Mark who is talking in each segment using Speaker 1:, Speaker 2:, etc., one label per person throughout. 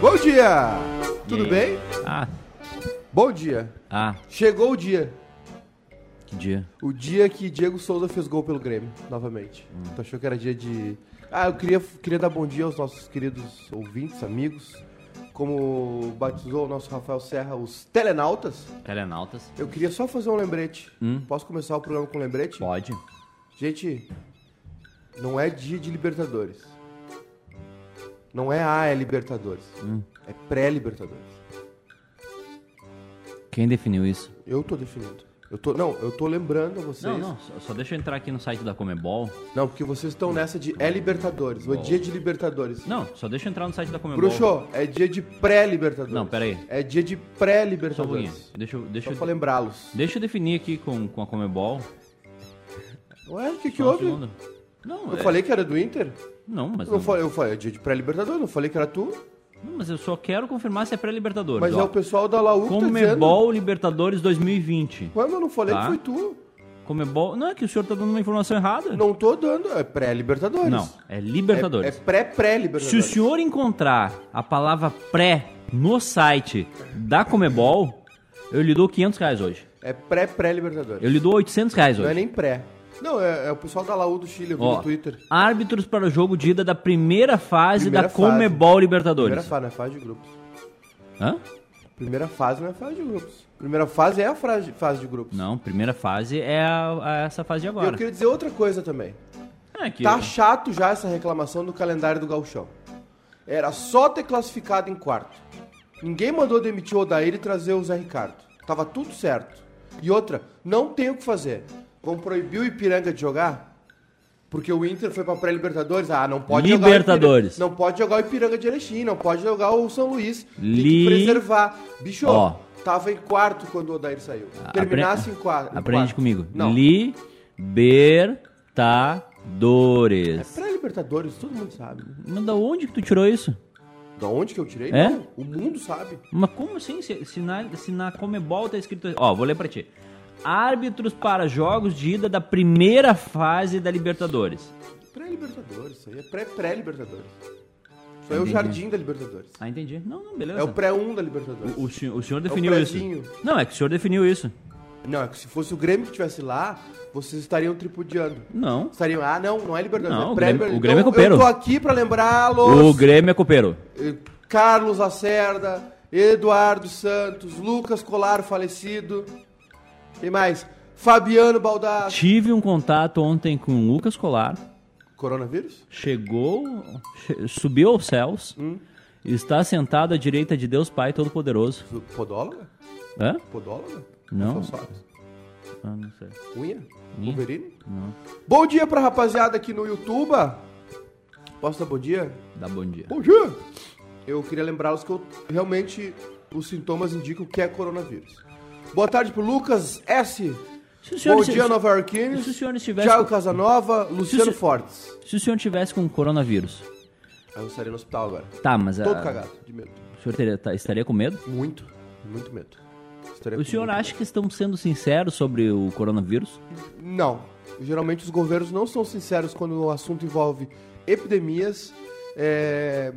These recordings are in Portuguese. Speaker 1: Bom dia! Tudo
Speaker 2: E aí?
Speaker 1: bem?
Speaker 2: Ah,
Speaker 1: Bom dia.
Speaker 2: ah,
Speaker 1: Chegou o dia.
Speaker 2: que dia.
Speaker 1: O dia que Diego Souza fez gol pelo Grêmio, novamente. Tu achou que era dia de. Ah, eu queria, queria dar bom dia aos nossos queridos ouvintes, amigos. Como batizou o nosso Rafael Serra, os telenautas.
Speaker 2: Telenautas?
Speaker 1: Eu queria só fazer um lembrete. Posso começar o programa com um lembrete?
Speaker 2: Pode.
Speaker 1: Gente, não é dia de Libertadores. Não é a é Libertadores. É pré-Libertadores.
Speaker 2: Quem definiu isso?
Speaker 1: Eu tô definindo. Eu tô, não, eu tô lembrando a vocês.
Speaker 2: Não, não, só, só deixa eu entrar aqui no site da Comebol.
Speaker 1: Não, porque vocês estão nessa de é Libertadores. O dia de Libertadores.
Speaker 2: Não, só deixa eu entrar no site da Comebol.
Speaker 1: Bruxo, é dia de pré-Libertadores.
Speaker 2: Não, peraí.
Speaker 1: É dia
Speaker 2: Só
Speaker 1: de
Speaker 2: um pouquinho.
Speaker 1: pré-Libertadores.
Speaker 2: Deixa, eu- deixa,
Speaker 1: Só
Speaker 2: eu-
Speaker 1: pra lembrá-los.
Speaker 2: deixa eu definir aqui com, com a Comebol.
Speaker 1: Ué, o que, que
Speaker 2: Só um
Speaker 1: houve?
Speaker 2: segundo. Não,
Speaker 1: Eu
Speaker 2: é-
Speaker 1: falei que era do Inter?
Speaker 2: Não, mas
Speaker 1: Eu
Speaker 2: não,
Speaker 1: falei, eu falei, é dia de pré-Libertadores, não falei que era tu.
Speaker 2: não, mas eu só quero confirmar se é pré-Libertadores.
Speaker 1: Mas é
Speaker 2: ó.
Speaker 1: o pessoal da Laú que tá dizendo. Ué,
Speaker 2: Comebol Libertadores 2020.
Speaker 1: mas eu não falei que
Speaker 2: Tá.
Speaker 1: foi tu.
Speaker 2: Comebol. Não, é que o senhor tá dando uma informação errada.
Speaker 1: Não tô dando, é pré-Libertadores.
Speaker 2: Não, é
Speaker 1: É, é
Speaker 2: Libertadores. Se o
Speaker 1: pré-pré-Libertadores.
Speaker 2: senhor encontrar a palavra pré no site da Comebol, eu lhe dou 500 reais hoje.
Speaker 1: É pré-pré-Libertadores.
Speaker 2: Eu lhe dou 800 reais
Speaker 1: Não é
Speaker 2: hoje.
Speaker 1: nem pré. Não, é, é o pessoal da Laú do Chile, eu vi
Speaker 2: Ó,
Speaker 1: no Twitter.
Speaker 2: árbitros para o jogo de ida da primeira fase
Speaker 1: Primeira
Speaker 2: da
Speaker 1: fase.
Speaker 2: Comebol Libertadores.
Speaker 1: Primeira fase, não é fase de grupos.
Speaker 2: Hã?
Speaker 1: Primeira fase não é fase de grupos. Primeira fase é a frase- fase de grupos.
Speaker 2: Não, primeira fase é a- a essa fase de
Speaker 1: E eu
Speaker 2: agora.
Speaker 1: queria dizer outra coisa também.
Speaker 2: É que-
Speaker 1: Tá chato já essa reclamação do calendário do Galchão. Era só ter classificado em quarto. Ninguém mandou demitir o Odair e trazer o Zé Ricardo. Tava tudo certo. E outra, não tem o que fazer. Vão proibir o Ipiranga de jogar? Porque o Inter foi pra pré-Libertadores. Ah, não pode jogar o
Speaker 2: Libertadores.
Speaker 1: Ipiranga- Não pode jogar o Ipiranga de Erechim, não pode jogar o São Luís. Tem que
Speaker 2: Li-
Speaker 1: preservar. Bicho,
Speaker 2: Ó.
Speaker 1: tava em quarto quando o Odair saiu.
Speaker 2: Apre-
Speaker 1: Terminasse em quarto. em
Speaker 2: Aprende
Speaker 1: quarto.
Speaker 2: comigo.
Speaker 1: Não.
Speaker 2: Libertadores.
Speaker 1: Pré-Libertadores, todo mundo sabe. né?
Speaker 2: Mas da onde que tu tirou isso?
Speaker 1: Da onde que eu tirei?
Speaker 2: É?
Speaker 1: Não, o mundo sabe.
Speaker 2: Mas como assim? Se, se na, se na Comebol tá escrito. Ó, vou ler pra ti. Árbitros para jogos de ida da primeira fase da Libertadores.
Speaker 1: Pré-Libertadores, isso aí é pré- pré-Libertadores. isso aí é o jardim da Libertadores.
Speaker 2: Ah, entendi. Não, não, beleza.
Speaker 1: É o é pré-1 da Libertadores.
Speaker 2: O, o senhor, o senhor definiu isso.
Speaker 1: prezinho.
Speaker 2: Não, é que o senhor definiu isso.
Speaker 1: Não, é que se fosse o Grêmio que estivesse lá, vocês estariam tripudiando.
Speaker 2: Não.
Speaker 1: Estariam, ah, não, não é Libertadores,
Speaker 2: Não, o
Speaker 1: é pré-
Speaker 2: Grêmio- o Grêmio é
Speaker 1: então,
Speaker 2: copeiro.
Speaker 1: Eu tô aqui pra
Speaker 2: O
Speaker 1: lembrá-los.
Speaker 2: Grêmio é copeiro.
Speaker 1: eh, Carlos Acerda, Eduardo Santos, Lucas Colar falecido. Quem mais? Fabiano Baldassi.
Speaker 2: Tive um contato ontem com o Lucas Colar.
Speaker 1: Coronavírus?
Speaker 2: Chegou, che- subiu aos céus.
Speaker 1: Hum.
Speaker 2: Está sentado à direita de Deus Pai Todo-Poderoso.
Speaker 1: Podóloga?
Speaker 2: Hã?
Speaker 1: Podóloga?
Speaker 2: Não.
Speaker 1: Só-
Speaker 2: Ah, não sei.
Speaker 1: Unha?
Speaker 2: Unha?
Speaker 1: Wolverine?
Speaker 2: Não.
Speaker 1: Bom dia pra rapaziada aqui no YouTube. Posso dar bom dia?
Speaker 2: Dá bom dia.
Speaker 1: Bom dia! Eu queria lembrá-los que eu, realmente os sintomas indicam que é coronavírus. Boa tarde pro Lucas S.
Speaker 2: Se o senhor
Speaker 1: Bom
Speaker 2: se-
Speaker 1: dia,
Speaker 2: se-
Speaker 1: Nova Arquines.
Speaker 2: se o senhor estivesse
Speaker 1: Thiago
Speaker 2: com-
Speaker 1: Casanova,
Speaker 2: se-
Speaker 1: Luciano Fortes.
Speaker 2: Se o senhor tivesse com coronavírus,
Speaker 1: Aí eu estaria no hospital agora.
Speaker 2: tá, mas a-
Speaker 1: Todo cagado, de medo.
Speaker 2: o senhor teria- tá- estaria com medo?
Speaker 1: Muito, muito medo. Estaria
Speaker 2: O
Speaker 1: com
Speaker 2: senhor
Speaker 1: muito
Speaker 2: acha que estão sendo sinceros sobre o coronavírus?
Speaker 1: Não. Geralmente os governos não são sinceros quando o assunto envolve epidemias, é,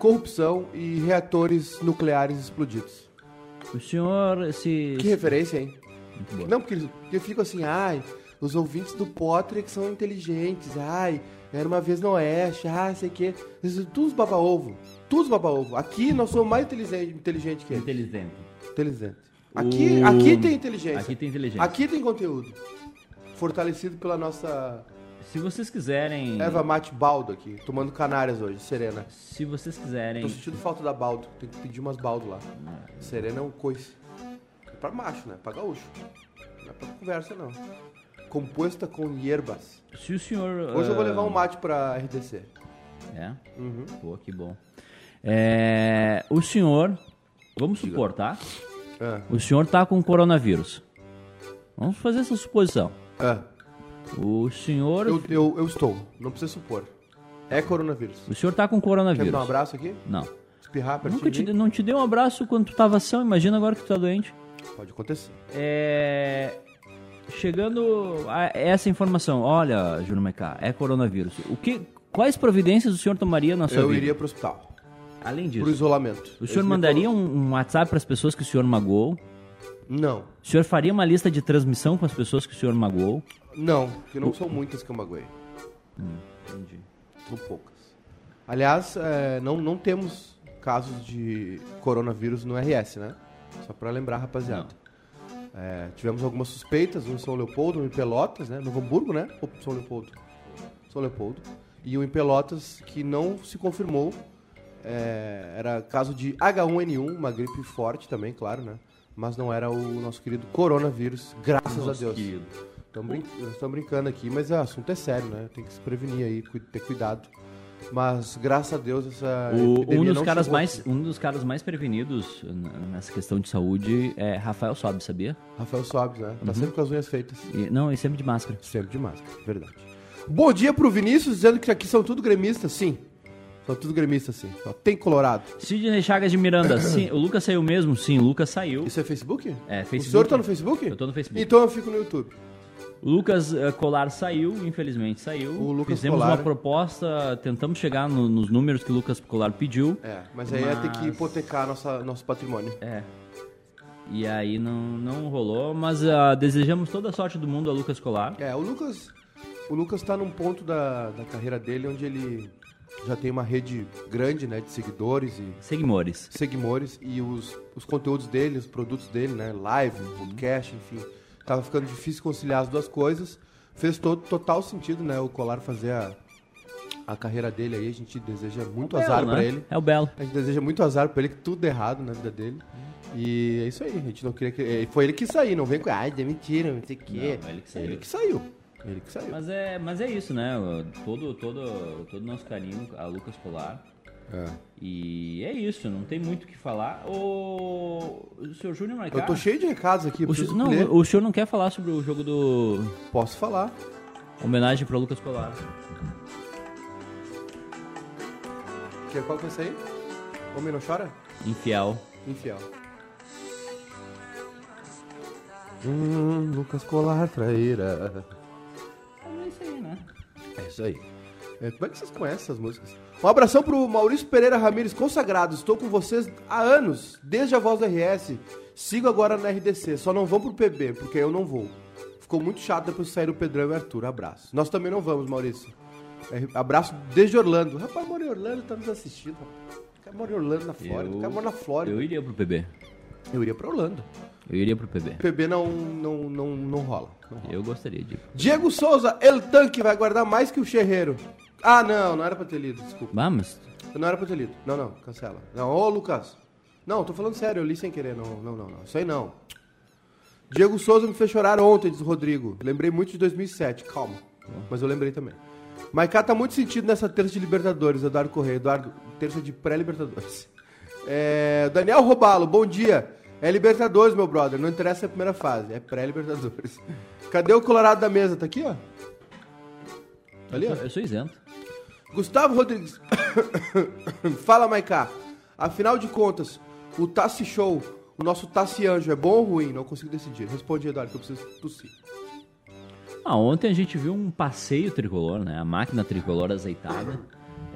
Speaker 1: corrupção e reatores nucleares explodidos.
Speaker 2: O senhor se.
Speaker 1: Que é referência, hein?
Speaker 2: Muito boa.
Speaker 1: Não, porque eles- porque eu fico assim, ai, os ouvintes do Potter é que são inteligentes, ai, era uma vez no Oeste, ah, sei que. Todos baba-ovo, todos baba-ovo. Aqui nós somos mais inteligente, inteligente que eles.
Speaker 2: Inteligente.
Speaker 1: Inteligente. Aqui,
Speaker 2: O-
Speaker 1: aqui tem inteligência.
Speaker 2: Aqui tem inteligência.
Speaker 1: Aqui tem conteúdo. Fortalecido pela nossa
Speaker 2: Se vocês quiserem.
Speaker 1: Eva Mate Baldo aqui, tomando canárias hoje, Serena.
Speaker 2: Se vocês quiserem.
Speaker 1: Tô sentindo falta da Baldo, tem que pedir umas Baldo lá. Serena é um coice. É pra macho, né? Pra gaúcho. Não é pra conversa, não. Composta com hierbas.
Speaker 2: Se o senhor.
Speaker 1: Hoje eu vou Uhum.
Speaker 2: ah,
Speaker 1: levar um mate pra RDC.
Speaker 2: É? Pô, que bom. É, o senhor. Vamos supor, tá?
Speaker 1: Ah,
Speaker 2: O senhor tá com coronavírus. Vamos fazer essa suposição.
Speaker 1: ah.
Speaker 2: O senhor.
Speaker 1: Eu, eu, eu estou, não precisa supor. É coronavírus.
Speaker 2: O senhor tá com
Speaker 1: Quer me dar um
Speaker 2: coronavírus.
Speaker 1: abraço aqui?
Speaker 2: Não.
Speaker 1: Espirrar pra
Speaker 2: Nunca
Speaker 1: ti?
Speaker 2: te, dei- não te dei um abraço quando tu tava são, imagina agora que tu tá doente.
Speaker 1: Pode acontecer.
Speaker 2: É, Chegando a essa informação, olha, Júnior Mecá, é coronavírus. O que, quais providências o senhor tomaria na sua
Speaker 1: Eu
Speaker 2: vida?
Speaker 1: iria pro hospital.
Speaker 2: Além disso,
Speaker 1: pro isolamento.
Speaker 2: o senhor mandaria um, um WhatsApp para as pessoas que o senhor magoou?
Speaker 1: Não.
Speaker 2: O senhor faria uma lista de transmissão com as pessoas que o senhor magoou?
Speaker 1: Não, que não são muitas que eu magoei.
Speaker 2: Entendi.
Speaker 1: São poucas. Aliás, é, não, não temos casos de coronavírus no RS, né? Só pra lembrar, rapaziada. É, tivemos algumas suspeitas, um em São Leopoldo, um em Pelotas, né? Novo Hamburgo, né? Ou São Leopoldo? São Leopoldo. E um em Pelotas que não se confirmou. É, era caso de H1N1, uma gripe forte também, claro, né? Mas não era o nosso querido coronavírus, graças a Deus. Estamos brincando aqui, mas o assunto é sério, né? Tem que se prevenir aí, cu- ter cuidado. Mas graças a Deus essa.
Speaker 2: O- um,
Speaker 1: epidemia
Speaker 2: dos
Speaker 1: não
Speaker 2: caras
Speaker 1: chegou
Speaker 2: mais,
Speaker 1: aqui.
Speaker 2: um dos caras mais prevenidos n- nessa questão de saúde é Rafael Sobe, sabia?
Speaker 1: Rafael Sobes, né? Tá
Speaker 2: Uhum.
Speaker 1: sempre com as unhas feitas.
Speaker 2: E- não, e sempre de máscara.
Speaker 1: Sempre de máscara, verdade. Bom dia pro Vinícius, dizendo que aqui são tudo gremistas, sim. São tudo gremistas, sim. Só tem Colorado.
Speaker 2: Sidney Chagas de Miranda, sim. O Lucas saiu mesmo? Sim, o Lucas saiu.
Speaker 1: Isso é Facebook?
Speaker 2: É,
Speaker 1: O
Speaker 2: Facebook.
Speaker 1: senhor tá no Facebook?
Speaker 2: Eu tô no Facebook.
Speaker 1: Então eu fico no YouTube.
Speaker 2: O Lucas eh, Colar saiu, infelizmente saiu.
Speaker 1: O Lucas
Speaker 2: Fizemos
Speaker 1: Colar-
Speaker 2: uma proposta, tentamos chegar no- nos números que o Lucas Colar pediu.
Speaker 1: É, mas aí ia ter que
Speaker 2: Mas-
Speaker 1: hipotecar nossa, nosso patrimônio.
Speaker 2: É. E aí não, não rolou, mas ah, desejamos toda a sorte do mundo a Lucas Colar.
Speaker 1: É, o Lucas. O Lucas tá num ponto da, da carreira dele onde ele já tem uma rede grande, né, de seguidores e
Speaker 2: Seguimores.
Speaker 1: seguidores e os, os conteúdos dele, os produtos dele, né, live, podcast, enfim. Tava ficando difícil conciliar as duas coisas. Fez todo total sentido, né, o Colar fazer a, a carreira dele aí. A gente deseja muito
Speaker 2: Belo,
Speaker 1: azar
Speaker 2: né?
Speaker 1: pra ele.
Speaker 2: É o Belo.
Speaker 1: A gente deseja muito azar pra ele, que tudo dê errado na vida dele. E é isso aí, a gente não queria que. é, Foi ele que saiu, não vem com. Ai, demitiram, não sei o quê.
Speaker 2: Não, ele que saiu.
Speaker 1: Ele que saiu. Ele que saiu.
Speaker 2: Mas é, mas é isso, né? Todo, todo, todo nosso carinho a Lucas Colar.
Speaker 1: É.
Speaker 2: E é isso, não tem muito o que falar. O, o senhor Júnior Maicar...
Speaker 1: Eu tô cheio de recados aqui,
Speaker 2: o,
Speaker 1: preciso
Speaker 2: senhor- não,
Speaker 1: ler.
Speaker 2: o senhor não quer falar sobre o jogo do...
Speaker 1: Posso falar.
Speaker 2: Homenagem pro Lucas Colar.
Speaker 1: Que, qual que é esse aí? Homem não chora?
Speaker 2: Infiel.
Speaker 1: Infiel. Hum, Lucas Colar, traíra.
Speaker 2: Mas é isso aí, né?
Speaker 1: É isso aí. É, como é que vocês conhecem essas músicas? Um abração pro Maurício Pereira Ramires, consagrado. Estou com vocês há anos, desde a voz do RS. Sigo agora na RDC, só não vão pro PB, porque eu não vou. Ficou muito chato depois que saíram o Pedrão e o Arthur. Abraço. Nós também não vamos, Maurício. É, abraço desde Orlando. Rapaz, mora em Orlando, tá nos assistindo. rapaz. O cara mora em Orlando, na Flórida. O cara mora na Flórida.
Speaker 2: Eu iria pro PB.
Speaker 1: Eu, iria pra Orlando.
Speaker 2: Eu iria pro PB.
Speaker 1: PB não, não, não, não rola. Não rola.
Speaker 2: Eu gostaria de...
Speaker 1: Diego Souza, El Tanque vai guardar mais que o Ferreiro. Ah, não, não era pra ter lido, desculpa.
Speaker 2: Vamos?
Speaker 1: Não era pra ter lido. Não, não, cancela. Não, ô Lucas. Não, tô falando sério, eu li sem querer. Não, não, não, não. Isso aí não. Diego Souza me fez chorar ontem, diz o Rodrigo. Lembrei muito de 2007, calma. Mas eu lembrei também. Maiká tá muito sentido nessa terça de Libertadores, Eduardo Correia. Eduardo, terça de pré-Libertadores. É, Daniel Robalo, bom dia. É Libertadores, meu brother. Não interessa a primeira fase, é pré-Libertadores. Cadê o Colorado da mesa? Tá aqui, ó. Tá ali, ó.
Speaker 2: Eu sou- eu sou isento.
Speaker 1: Gustavo Rodrigues. Fala, Maiká. Afinal de contas, o Tassi Show, o nosso Tassi Anjo, é bom ou ruim? Não consigo decidir. Responde, Eduardo, que eu preciso tossir.
Speaker 2: Ah, ontem a gente viu um passeio tricolor, né? A máquina tricolor azeitada.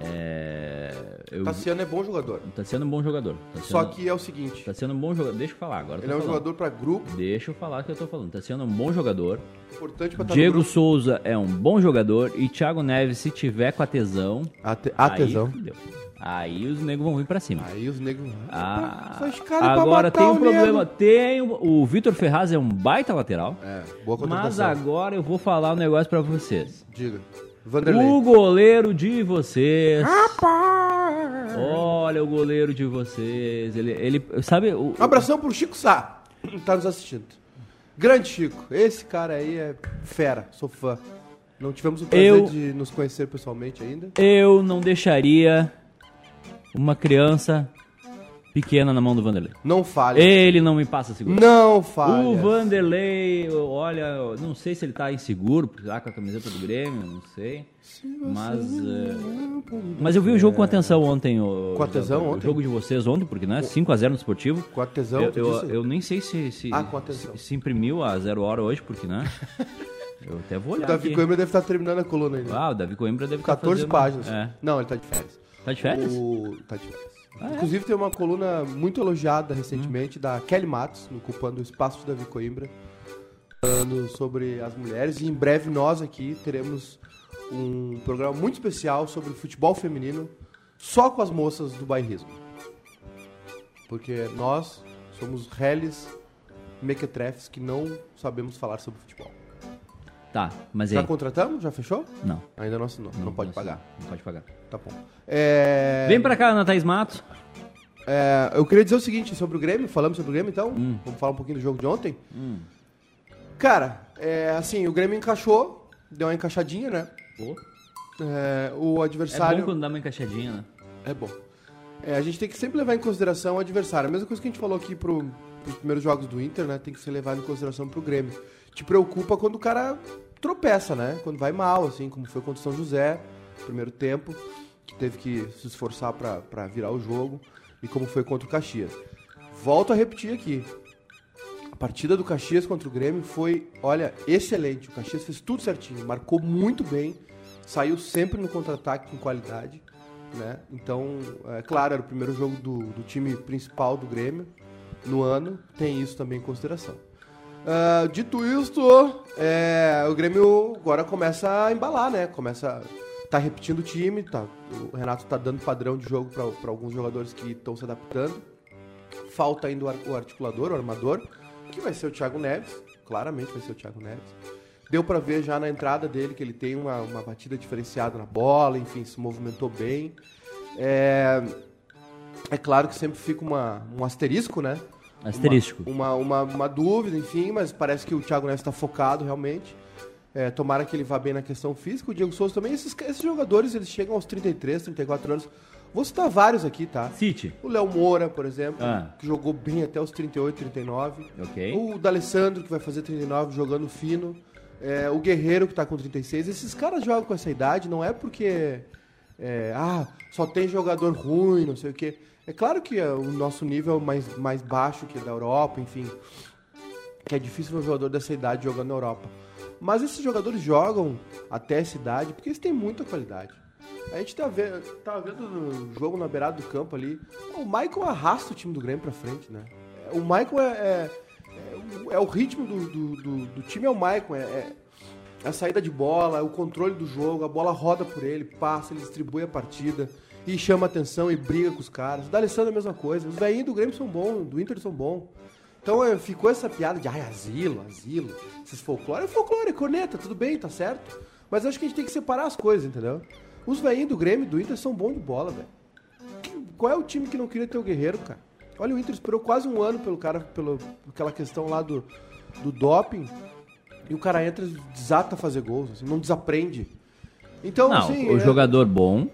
Speaker 2: É... Eu...
Speaker 1: Tassiano é bom jogador.
Speaker 2: Tá sendo um bom jogador. Tá sendo...
Speaker 1: Só que é o seguinte,
Speaker 2: Tá sendo um bom jogador. Deixa eu falar agora. eu
Speaker 1: ele é
Speaker 2: tô
Speaker 1: um
Speaker 2: falando.
Speaker 1: jogador pra grupo,
Speaker 2: Deixa eu falar o que eu tô falando. Tá sendo um bom jogador.
Speaker 1: importante pra estar
Speaker 2: Diego
Speaker 1: Tá no grupo.
Speaker 2: Souza é um bom jogador. E Thiago Neves, se tiver com a tesão.
Speaker 1: A, te- a Ah, tesão.
Speaker 2: Aí, fudeu. aí os negros vão vir pra cima.
Speaker 1: Aí os negros...
Speaker 2: Ah,
Speaker 1: Só escala pra
Speaker 2: agora
Speaker 1: matar
Speaker 2: tem
Speaker 1: o
Speaker 2: um problema.
Speaker 1: negro.
Speaker 2: Tem um- o Vitor Ferraz é um baita lateral.
Speaker 1: É, boa
Speaker 2: mas
Speaker 1: contratação.
Speaker 2: agora eu vou falar um negócio pra vocês.
Speaker 1: Diga. Vanderlei.
Speaker 2: O goleiro de vocês. Olha o goleiro de vocês. Ele, ele sabe o
Speaker 1: Um abração pro Chico Sá, que tá nos assistindo. Grande Chico, esse cara aí é fera, sou fã. Não tivemos o prazer
Speaker 2: Eu-
Speaker 1: de nos conhecer pessoalmente ainda.
Speaker 2: Eu não deixaria uma criança pequena na mão do Vanderlei.
Speaker 1: Não falha.
Speaker 2: Ele não me passa seguro.
Speaker 1: Não falha.
Speaker 2: O Vanderlei, olha, eu não sei se ele tá inseguro, porque tá com a camiseta do Grêmio, não sei. Mas. é, Mas eu vi o jogo com atenção ontem. O,
Speaker 1: Com atenção
Speaker 2: o,
Speaker 1: ontem?
Speaker 2: jogo de vocês ontem, porque não é 5x0 no esportivo.
Speaker 1: Com a tesão,
Speaker 2: eu,
Speaker 1: tu
Speaker 2: eu,
Speaker 1: disse?
Speaker 2: eu nem sei se se,
Speaker 1: Ah, com atenção.
Speaker 2: se se imprimiu a zero hora hoje, porque né? Eu até vou
Speaker 1: O
Speaker 2: olhar.
Speaker 1: Davi
Speaker 2: aqui.
Speaker 1: Coimbra deve estar terminando a coluna ainda.
Speaker 2: Ah, o Davi Coimbra deve estar
Speaker 1: 14
Speaker 2: fazendo-
Speaker 1: páginas.
Speaker 2: É.
Speaker 1: Não, ele tá de férias.
Speaker 2: Tá de férias?
Speaker 1: O... Tá de férias.
Speaker 2: Ah, é?
Speaker 1: Inclusive tem uma coluna muito elogiada recentemente da Kelly Matos, no Culpando o Espaço da Vicoimbra, falando sobre as mulheres. E em breve nós aqui teremos um programa muito especial sobre futebol feminino, só com as moças do bairrismo. Porque nós somos reles mequetrefes que não sabemos falar sobre futebol.
Speaker 2: Tá, mas e
Speaker 1: Já
Speaker 2: aí?
Speaker 1: contratamos? Já fechou?
Speaker 2: Não.
Speaker 1: Ainda não assinou, não, pode
Speaker 2: não-
Speaker 1: pagar.
Speaker 2: Não pode pagar.
Speaker 1: Tá bom. É...
Speaker 2: Vem pra cá, Ana Thaís Matos.
Speaker 1: É, eu queria dizer o seguinte sobre o Grêmio, falamos sobre o Grêmio então?
Speaker 2: Hum.
Speaker 1: Vamos falar um pouquinho do jogo de ontem? Cara, é, assim, o Grêmio encaixou, deu uma encaixadinha, né?
Speaker 2: Pô,
Speaker 1: É, o
Speaker 2: É
Speaker 1: adversário.
Speaker 2: bom quando dá uma encaixadinha, né?
Speaker 1: É bom. É, a gente tem que sempre levar em consideração o adversário. A mesma coisa que a gente falou aqui pro, pros primeiros jogos do Inter, né? Tem que ser levado em consideração pro Grêmio. Te preocupa quando o cara tropeça, né? Quando vai mal, assim, como foi contra o São José, primeiro tempo, que teve que se esforçar pra- pra virar o jogo, e como foi contra o Caxias. Volto a repetir aqui. A partida do Caxias contra o Grêmio foi, olha, excelente. O Caxias fez tudo certinho, marcou muito bem, saiu sempre no contra-ataque com qualidade, né? Então, é claro, era o primeiro jogo do, do time principal do Grêmio no ano, tem isso também em consideração. Ah, dito isto, é, o Grêmio agora começa a embalar, né? Começa tá repetindo o time, tá, o Renato tá dando padrão de jogo para alguns jogadores que estão se adaptando falta ainda o ar- o articulador, o armador, que vai ser o Thiago Neves, claramente vai ser o Thiago Neves. Deu pra ver já na entrada dele que ele tem uma, uma batida diferenciada na bola, enfim, se movimentou bem. É, é claro que sempre fica uma, um asterisco, né?
Speaker 2: Asterístico.
Speaker 1: Uma, uma, uma dúvida, enfim, mas parece que o Thiago Neves está focado realmente. É, tomara que ele vá bem na questão física. O Diego Souza também. Esses, esses jogadores, eles chegam aos 33, 34 anos. Vou citar vários aqui, tá?
Speaker 2: City.
Speaker 1: O Léo Moura, por exemplo,
Speaker 2: Ah.
Speaker 1: que jogou bem até os 38, 39.
Speaker 2: Ok.
Speaker 1: O D'Alessandro, que vai fazer 39, jogando fino. É, o Guerreiro, que tá com 36. Esses caras jogam com essa idade, não é porque... é, ah, só tem jogador ruim, não sei o quê. É claro que é, o nosso nível é mais, mais baixo que da Europa, enfim. Que é difícil ver um jogador dessa idade jogando na Europa. Mas esses jogadores jogam até essa idade porque eles têm muita qualidade. A gente tá vendo, tá vendo no jogo na beirada do campo ali. O Michael arrasta o time do Grêmio pra frente, né? O Michael é. é- é o- é o ritmo do, do, do- do time é o Michael. É, é a saída de bola, é o controle do jogo, a bola roda por ele, passa, ele distribui a partida e chama atenção e briga com os caras. O D'Alessandro é a mesma coisa. Os velhinhos do Grêmio são bons, do Inter são bons. Então é, ficou essa piada de ai, asilo, asilo, esses folclore. É folclore, corneta, tudo bem, tá certo. Mas acho que a gente tem que separar as coisas, entendeu? Os velhinhos do Grêmio e do Inter são bons de bola, velho. Que- Qual é o time que não queria ter o Guerreiro, cara? Olha, o Inter esperou quase um ano pelo cara, pelo, por aquela questão lá do, do doping. E o cara entra e desata a fazer gols, assim, não desaprende. Então,
Speaker 2: Não,
Speaker 1: assim.
Speaker 2: o
Speaker 1: é-
Speaker 2: jogador bom,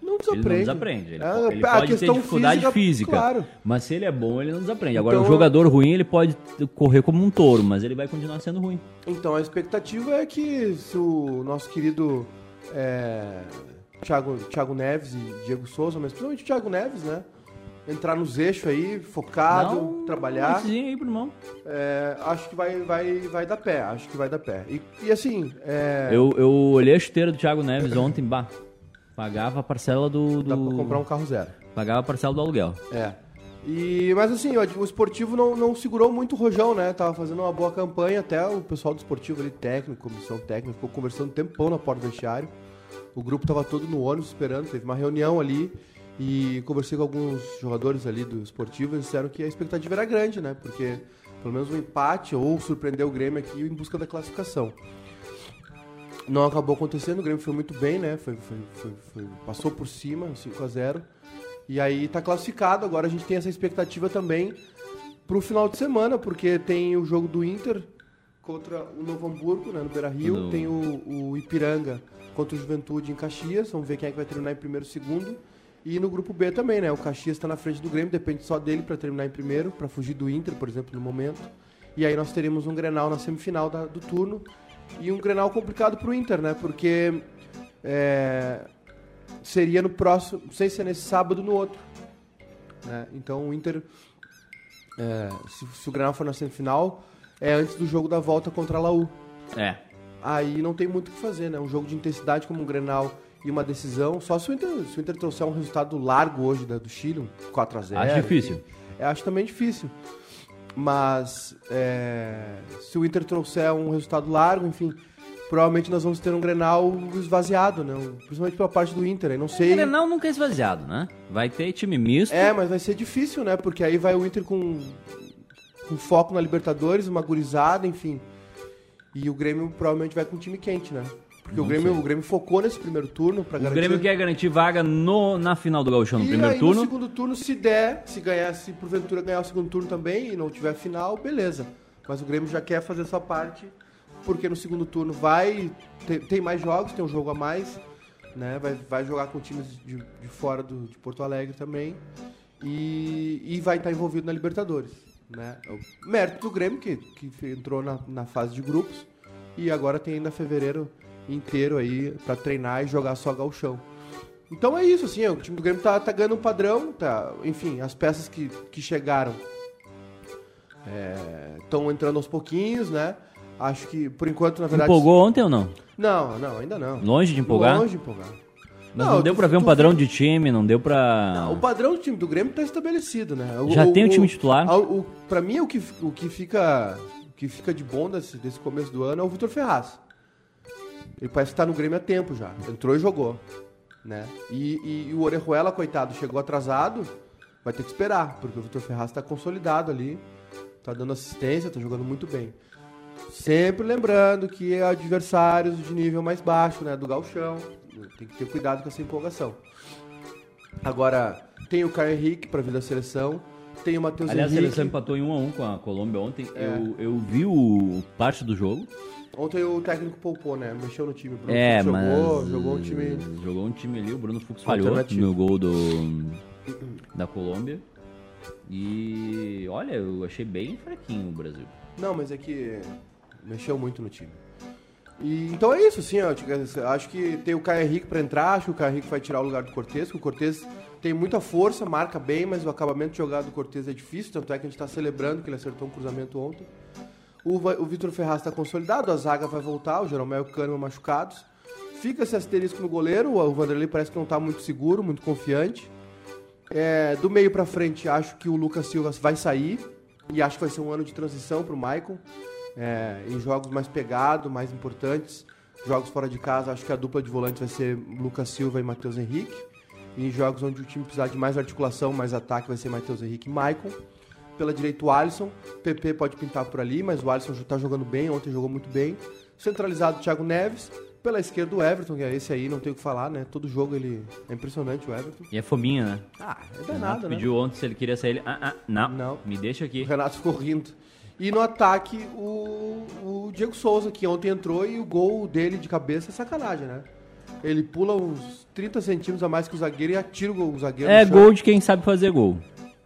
Speaker 1: não
Speaker 2: ele
Speaker 1: desaprende.
Speaker 2: não desaprende. Ele,
Speaker 1: É,
Speaker 2: po- ele
Speaker 1: a
Speaker 2: pode ter
Speaker 1: questão
Speaker 2: dificuldade física,
Speaker 1: Claro.
Speaker 2: mas se ele é bom, ele não desaprende. Agora,
Speaker 1: Então-
Speaker 2: o jogador ruim, ele pode correr como um touro, mas ele vai continuar sendo ruim.
Speaker 1: Então a expectativa é que se o nosso querido é, Thiago, Thiago Neves e Diego Souza, mas principalmente o Thiago Neves, né? Entrar nos eixos aí, focado,
Speaker 2: Não,
Speaker 1: trabalhar.
Speaker 2: aí pro irmão.
Speaker 1: é, acho que vai, vai, vai dar pé, acho que vai dar pé. E, e assim, é,
Speaker 2: Eu, eu olhei a chuteira do Thiago Neves ontem, bah. Pagava a parcela do.
Speaker 1: dá pra
Speaker 2: do-
Speaker 1: comprar um carro zero.
Speaker 2: Pagava a parcela do aluguel.
Speaker 1: É. E, mas assim, o o esportivo não, não segurou muito o rojão, né? Tava fazendo uma boa campanha, até o pessoal do esportivo ali, técnico, comissão técnica, ficou conversando um tempão na porta do vestiário. O grupo tava todo no ônibus esperando, teve uma reunião ali e conversei com alguns jogadores ali do esportivo, eles disseram que a expectativa era grande, né? Porque pelo menos um empate ou surpreender o Grêmio aqui em busca da classificação não acabou acontecendo, o Grêmio foi muito bem, né? Foi, foi- foi- foi- passou por cima, 5x0. E aí tá classificado, agora a gente tem essa expectativa também pro final de semana, porque tem o jogo do Inter contra o Novo Hamburgo, né, no Beira Rio,
Speaker 2: No-
Speaker 1: tem o, o Ipiranga contra o Juventude em Caxias, vamos ver quem é que vai terminar em primeiro e segundo. E no grupo B também, né? O Caxias tá na frente do Grêmio, depende só dele pra terminar em primeiro, pra fugir do Inter, por exemplo, no momento. E aí nós teremos um Grenal na semifinal da- do turno. E um Grenal complicado pro Inter, né? Porque é, seria no próximo, não sei se é nesse sábado ou no outro. né? Então o Inter, é, se, se o Grenal for na semifinal, é antes do jogo da volta contra a Laú
Speaker 2: É.
Speaker 1: aí não tem muito o que fazer, né? Um jogo de intensidade como o Grenal e uma decisão. Só se o Inter, se o Inter trouxer um resultado largo hoje né, do Chile, um 4x0.
Speaker 2: Acho difícil.
Speaker 1: Eu É, acho também difícil. Mas é, se o Inter trouxer um resultado largo, enfim, provavelmente nós vamos ter um Grenal esvaziado, né? Um- Principalmente pela parte do Inter. aí não sei.
Speaker 2: O Grenal nunca é esvaziado, né? Vai ter time misto.
Speaker 1: É, mas vai ser difícil, né? Porque aí vai o Inter com, com foco na Libertadores, uma gurizada, enfim. E o Grêmio provavelmente vai com um time quente, né? Porque o
Speaker 2: Não
Speaker 1: Grêmio,
Speaker 2: sei.
Speaker 1: o Grêmio focou nesse primeiro turno pra
Speaker 2: o
Speaker 1: garantir.
Speaker 2: Grêmio quer garantir vaga no, na final do Gauchão no
Speaker 1: e
Speaker 2: primeiro
Speaker 1: aí,
Speaker 2: turno.
Speaker 1: no segundo turno, se der, se ganhar, se porventura ganhar o segundo turno também e não tiver final, beleza. Mas o Grêmio já quer fazer a sua parte, porque no segundo turno vai. Tem, tem mais jogos, tem um jogo a mais, né? Vai, vai jogar com times de, de fora do, de Porto Alegre também. E, e vai estar envolvido na Libertadores. Né? É O mérito do Grêmio, que, que entrou na, na fase de grupos, e agora tem ainda fevereiro inteiro aí pra treinar e jogar só gauchão. Então é isso, assim, o time do Grêmio tá, tá ganhando um padrão, tá, enfim, as peças que, que chegaram estão entrando aos pouquinhos, né? Acho que, por enquanto, na verdade...
Speaker 2: Empolgou ontem ou não?
Speaker 1: Não, não, ainda não.
Speaker 2: Longe de empolgar?
Speaker 1: Longe de empolgar.
Speaker 2: Mas não, deu
Speaker 1: tu-
Speaker 2: pra ver um
Speaker 1: tu
Speaker 2: padrão
Speaker 1: vê-
Speaker 2: de time, não deu pra.
Speaker 1: Não, Ah, o padrão do time do Grêmio tá estabelecido, né? O-
Speaker 2: Já
Speaker 1: o-
Speaker 2: tem o
Speaker 1: o
Speaker 2: time titular?
Speaker 1: a- o, pra mim, o que, o que fica o que fica de bom desse, desse começo do ano é o Vitor Ferraz. Ele parece que tá no Grêmio há tempo já. Entrou e jogou. Né? E, e- e o Orejuela, coitado, chegou atrasado, vai ter que esperar, porque o Vitor Ferraz tá consolidado ali, tá dando assistência, tá jogando muito bem. Sempre lembrando que adversários de nível mais baixo, né, do galchão, tem que ter cuidado com essa empolgação. Agora, tem o Caio Henrique pra vir da seleção, tem o Matheus
Speaker 2: Aliás, a
Speaker 1: Henrique. É.
Speaker 2: seleção empatou em 1 a 1 com a Colômbia ontem. Eu, eu vi o parte do jogo.
Speaker 1: Ontem o técnico poupou, né? Mexeu no time. Bruno
Speaker 2: é,
Speaker 1: Fux jogou,
Speaker 2: mas
Speaker 1: jogou um time.
Speaker 2: jogou um time ali, o Bruno Fux falhou
Speaker 1: Alternativo.
Speaker 2: no gol do da Colômbia. E olha, eu achei bem fraquinho o Brasil.
Speaker 1: Não, mas é que mexeu muito no time. E, então é isso, sim. Eu, te- eu acho que tem o Caio Henrique pra entrar, acho que o Caio Henrique vai tirar o lugar do Cortez, que o Cortez tem muita força, marca bem, mas o acabamento de jogada do Cortez é difícil, tanto é que a gente tá celebrando que ele acertou um cruzamento ontem. O, Va- o Vitor Ferraz tá consolidado, a zaga vai voltar, o Jeromel e o Cano machucados. Fica esse asterisco no goleiro, o Vanderlei parece que não tá muito seguro, muito confiante. É, do meio pra frente, acho que o Lucas Silva vai sair e acho que vai ser um ano de transição pro Maicon é, em jogos mais pegados, mais importantes. Jogos fora de casa, acho que a dupla de volantes vai ser Lucas Silva e Matheus Henrique. E em jogos onde o time precisar de mais articulação, mais ataque, vai ser Matheus Henrique e Maicon. Pela direita, o Alisson. PP pode pintar por ali, mas o Alisson já tá jogando bem, ontem jogou muito bem. Centralizado, Thiago Neves. Pela esquerda, o Everton, que é esse aí, não tem o que falar, né? Todo jogo ele. É impressionante o Everton.
Speaker 2: E é fominha, né? Ah,
Speaker 1: é danado, né?
Speaker 2: Pediu ontem se ele queria sair. Ele... Ah, ah, não.
Speaker 1: Não.
Speaker 2: Me deixa aqui.
Speaker 1: O Renato ficou rindo. E no ataque, o, o Diego Souza, que ontem entrou e o gol dele de cabeça é sacanagem, né? Ele pula uns 30 centímetros a mais que o zagueiro e atira o, gol- o zagueiro.
Speaker 2: É
Speaker 1: no chão.
Speaker 2: gol de quem sabe fazer gol.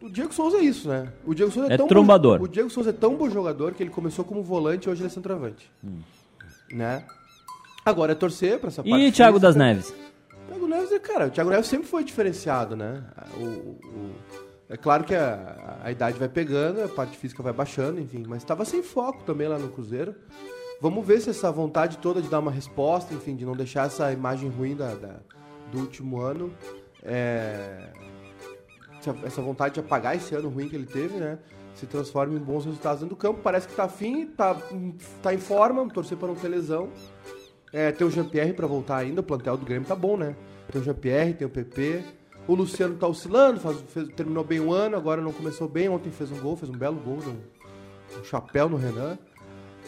Speaker 1: O Diego Souza é isso, né? O Diego Souza é,
Speaker 2: É
Speaker 1: tão
Speaker 2: trombador.
Speaker 1: Bom, o Diego Souza é tão bom jogador que ele começou como volante e hoje ele é centroavante. Né? Agora é torcer pra essa parte.
Speaker 2: Hum. E Thiago
Speaker 1: física.
Speaker 2: das Neves?
Speaker 1: Thiago Neves, é- cara, o Thiago Neves sempre foi diferenciado, né? O, o- o- é claro que a, a idade vai pegando, a parte física vai baixando, enfim, mas estava sem foco também lá no Cruzeiro. Vamos ver se essa vontade toda de dar uma resposta, enfim, de não deixar essa imagem ruim da, da- do último ano, é, se a- essa vontade de apagar esse ano ruim que ele teve, né? Se transforma em bons resultados dentro do campo. Parece que tá afim, tá, tá em forma, torcer para não ter lesão. É, tem o Jean-Pierre pra voltar ainda, o plantel do Grêmio tá bom, né? Tem o Jean-Pierre, tem o PP. O Luciano tá oscilando, faz- fez- terminou bem um ano, agora não começou bem. Ontem fez um gol, fez um belo gol, deu um, um chapéu no Renan.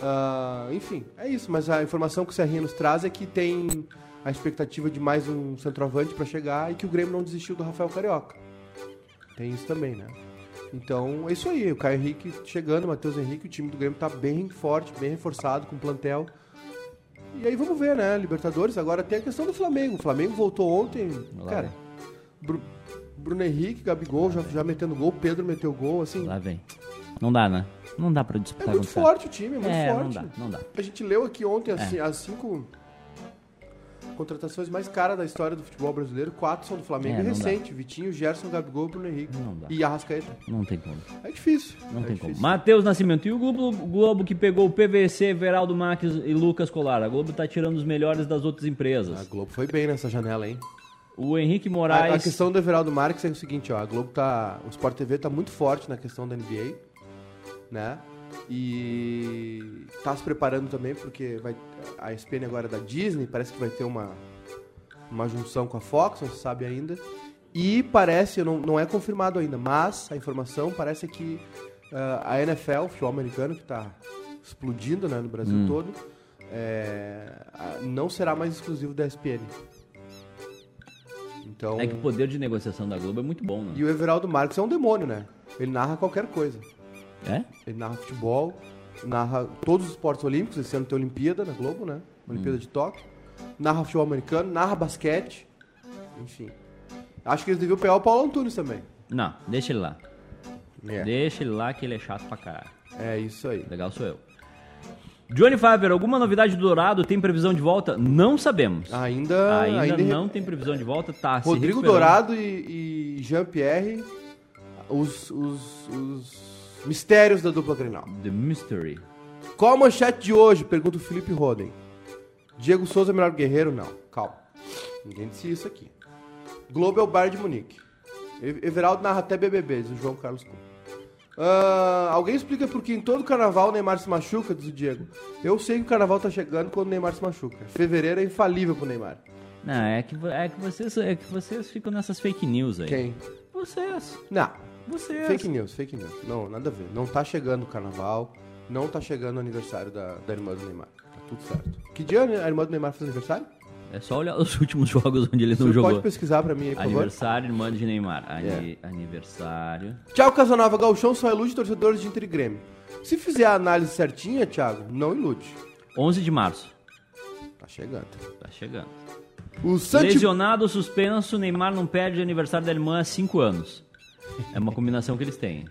Speaker 1: Ah, enfim, é isso. Mas a informação que o Serrinha nos traz é que tem a expectativa de mais um centroavante pra chegar e que o Grêmio não desistiu do Rafael Carioca. Tem isso também, né? Então é isso aí, o Caio Henrique chegando, o Matheus Henrique, o time do Grêmio tá bem forte, bem reforçado com o plantel. E aí vamos ver, né? Libertadores, agora tem a questão do Flamengo. O Flamengo voltou ontem,
Speaker 2: Lá
Speaker 1: cara.
Speaker 2: vem.
Speaker 1: Bru- Bruno Henrique, Gabigol já, já metendo gol, Pedro meteu gol, assim.
Speaker 2: Lá vem. Não dá, né? Não dá pra
Speaker 1: É
Speaker 2: disputar
Speaker 1: muito
Speaker 2: contra o cara.
Speaker 1: forte o time, é muito
Speaker 2: É,
Speaker 1: forte.
Speaker 2: não dá, não dá.
Speaker 1: A gente leu aqui ontem as, ci- as cinco assim, contratações mais caras da história do futebol brasileiro. Quatro são do Flamengo
Speaker 2: É,
Speaker 1: e
Speaker 2: não
Speaker 1: recente. Vitinho, Gerson, Gabigol e Bruno Henrique.
Speaker 2: Não dá.
Speaker 1: E Arrascaeta.
Speaker 2: Não tem como.
Speaker 1: É difícil.
Speaker 2: Não
Speaker 1: é
Speaker 2: tem como.
Speaker 1: difícil.
Speaker 2: Matheus Nascimento. E o Globo, Globo que pegou o PVC, Veraldo Marques e Lucas Colar? A Globo tá tirando os melhores das outras
Speaker 1: A
Speaker 2: empresas.
Speaker 1: Globo foi bem nessa janela, hein?
Speaker 2: O Henrique Moraes.
Speaker 1: A, a questão do Everaldo Marques é o seguinte, ó, a Globo tá, o Sport TV tá muito forte na questão da NBA, né? E tá se preparando também porque vai a ESPN agora é da Disney, parece que vai ter uma uma junção com a Fox, não se sabe ainda. E parece, não, não é confirmado ainda, mas a informação parece que ah, a NFL, o futebol americano, que está explodindo né, no Brasil
Speaker 2: Hum.
Speaker 1: todo, é, ah, não será mais exclusivo da ESPN. Então,
Speaker 2: É que o poder de negociação da Globo é muito bom, né?
Speaker 1: e o Everaldo Marques é um demônio, né? Ele narra qualquer coisa.
Speaker 2: É?
Speaker 1: Ele narra futebol, narra todos os esportes olímpicos, esse ano tem Olimpíada na Globo, né? Olimpíada
Speaker 2: Hum.
Speaker 1: de Tóquio. Narra futebol americano, narra basquete. Enfim. Acho que eles deviam pegar o Paulo Antunes também.
Speaker 2: Não, deixa ele lá. Deixa ele lá que ele é chato pra caralho.
Speaker 1: É isso aí.
Speaker 2: Legal sou eu. Johnny Favre, alguma novidade do Dourado? Tem previsão de volta? Não sabemos.
Speaker 1: Ainda,
Speaker 2: É. Ainda,
Speaker 1: Ah, ainda
Speaker 2: não tem previsão de volta, tá se
Speaker 1: Rodrigo
Speaker 2: recuperando.
Speaker 1: Dourado e, e Jean-Pierre, os, os, os mistérios da dupla Grenal.
Speaker 2: The Mystery.
Speaker 1: Qual a manchete de hoje? Pergunta o Felipe Roden. Diego Souza é melhor que Guerreiro? Não. Calma. Ninguém disse isso aqui. Globo é o bar de Munique. E- Everaldo narra até BBB, diz o João Carlos Cunha. Ah, alguém explica por que em todo carnaval o Neymar se machuca, diz o Diego. Eu sei que o carnaval tá chegando quando o Neymar se machuca. Fevereiro é infalível pro Neymar.
Speaker 2: Não, é que, vo- é, que vocês, é que vocês ficam nessas fake news aí.
Speaker 1: Quem?
Speaker 2: Vocês.
Speaker 1: Não.
Speaker 2: Vocês.
Speaker 1: Fake news, fake news. Não, nada a ver. Não tá chegando o carnaval, não tá chegando o aniversário da, da irmã do Neymar. Tá tudo certo. Que dia a irmã do Neymar faz aniversário?
Speaker 2: É só olhar os últimos jogos onde ele
Speaker 1: Você
Speaker 2: não jogou.
Speaker 1: pode pesquisar É. pra mim aí, por favor?
Speaker 2: Aniversário, irmã de Neymar. Ani- Aniversário.
Speaker 1: Thiago Casanova Galchão só ilude torcedores de Inter e Grêmio. Se fizer a análise certinha, Thiago, não ilude.
Speaker 2: 11 de março.
Speaker 1: Tá chegando.
Speaker 2: Tá chegando.
Speaker 1: O Santi...
Speaker 2: Lesionado, suspenso, Neymar não perde o aniversário da irmã há 5 anos. É uma combinação que eles têm.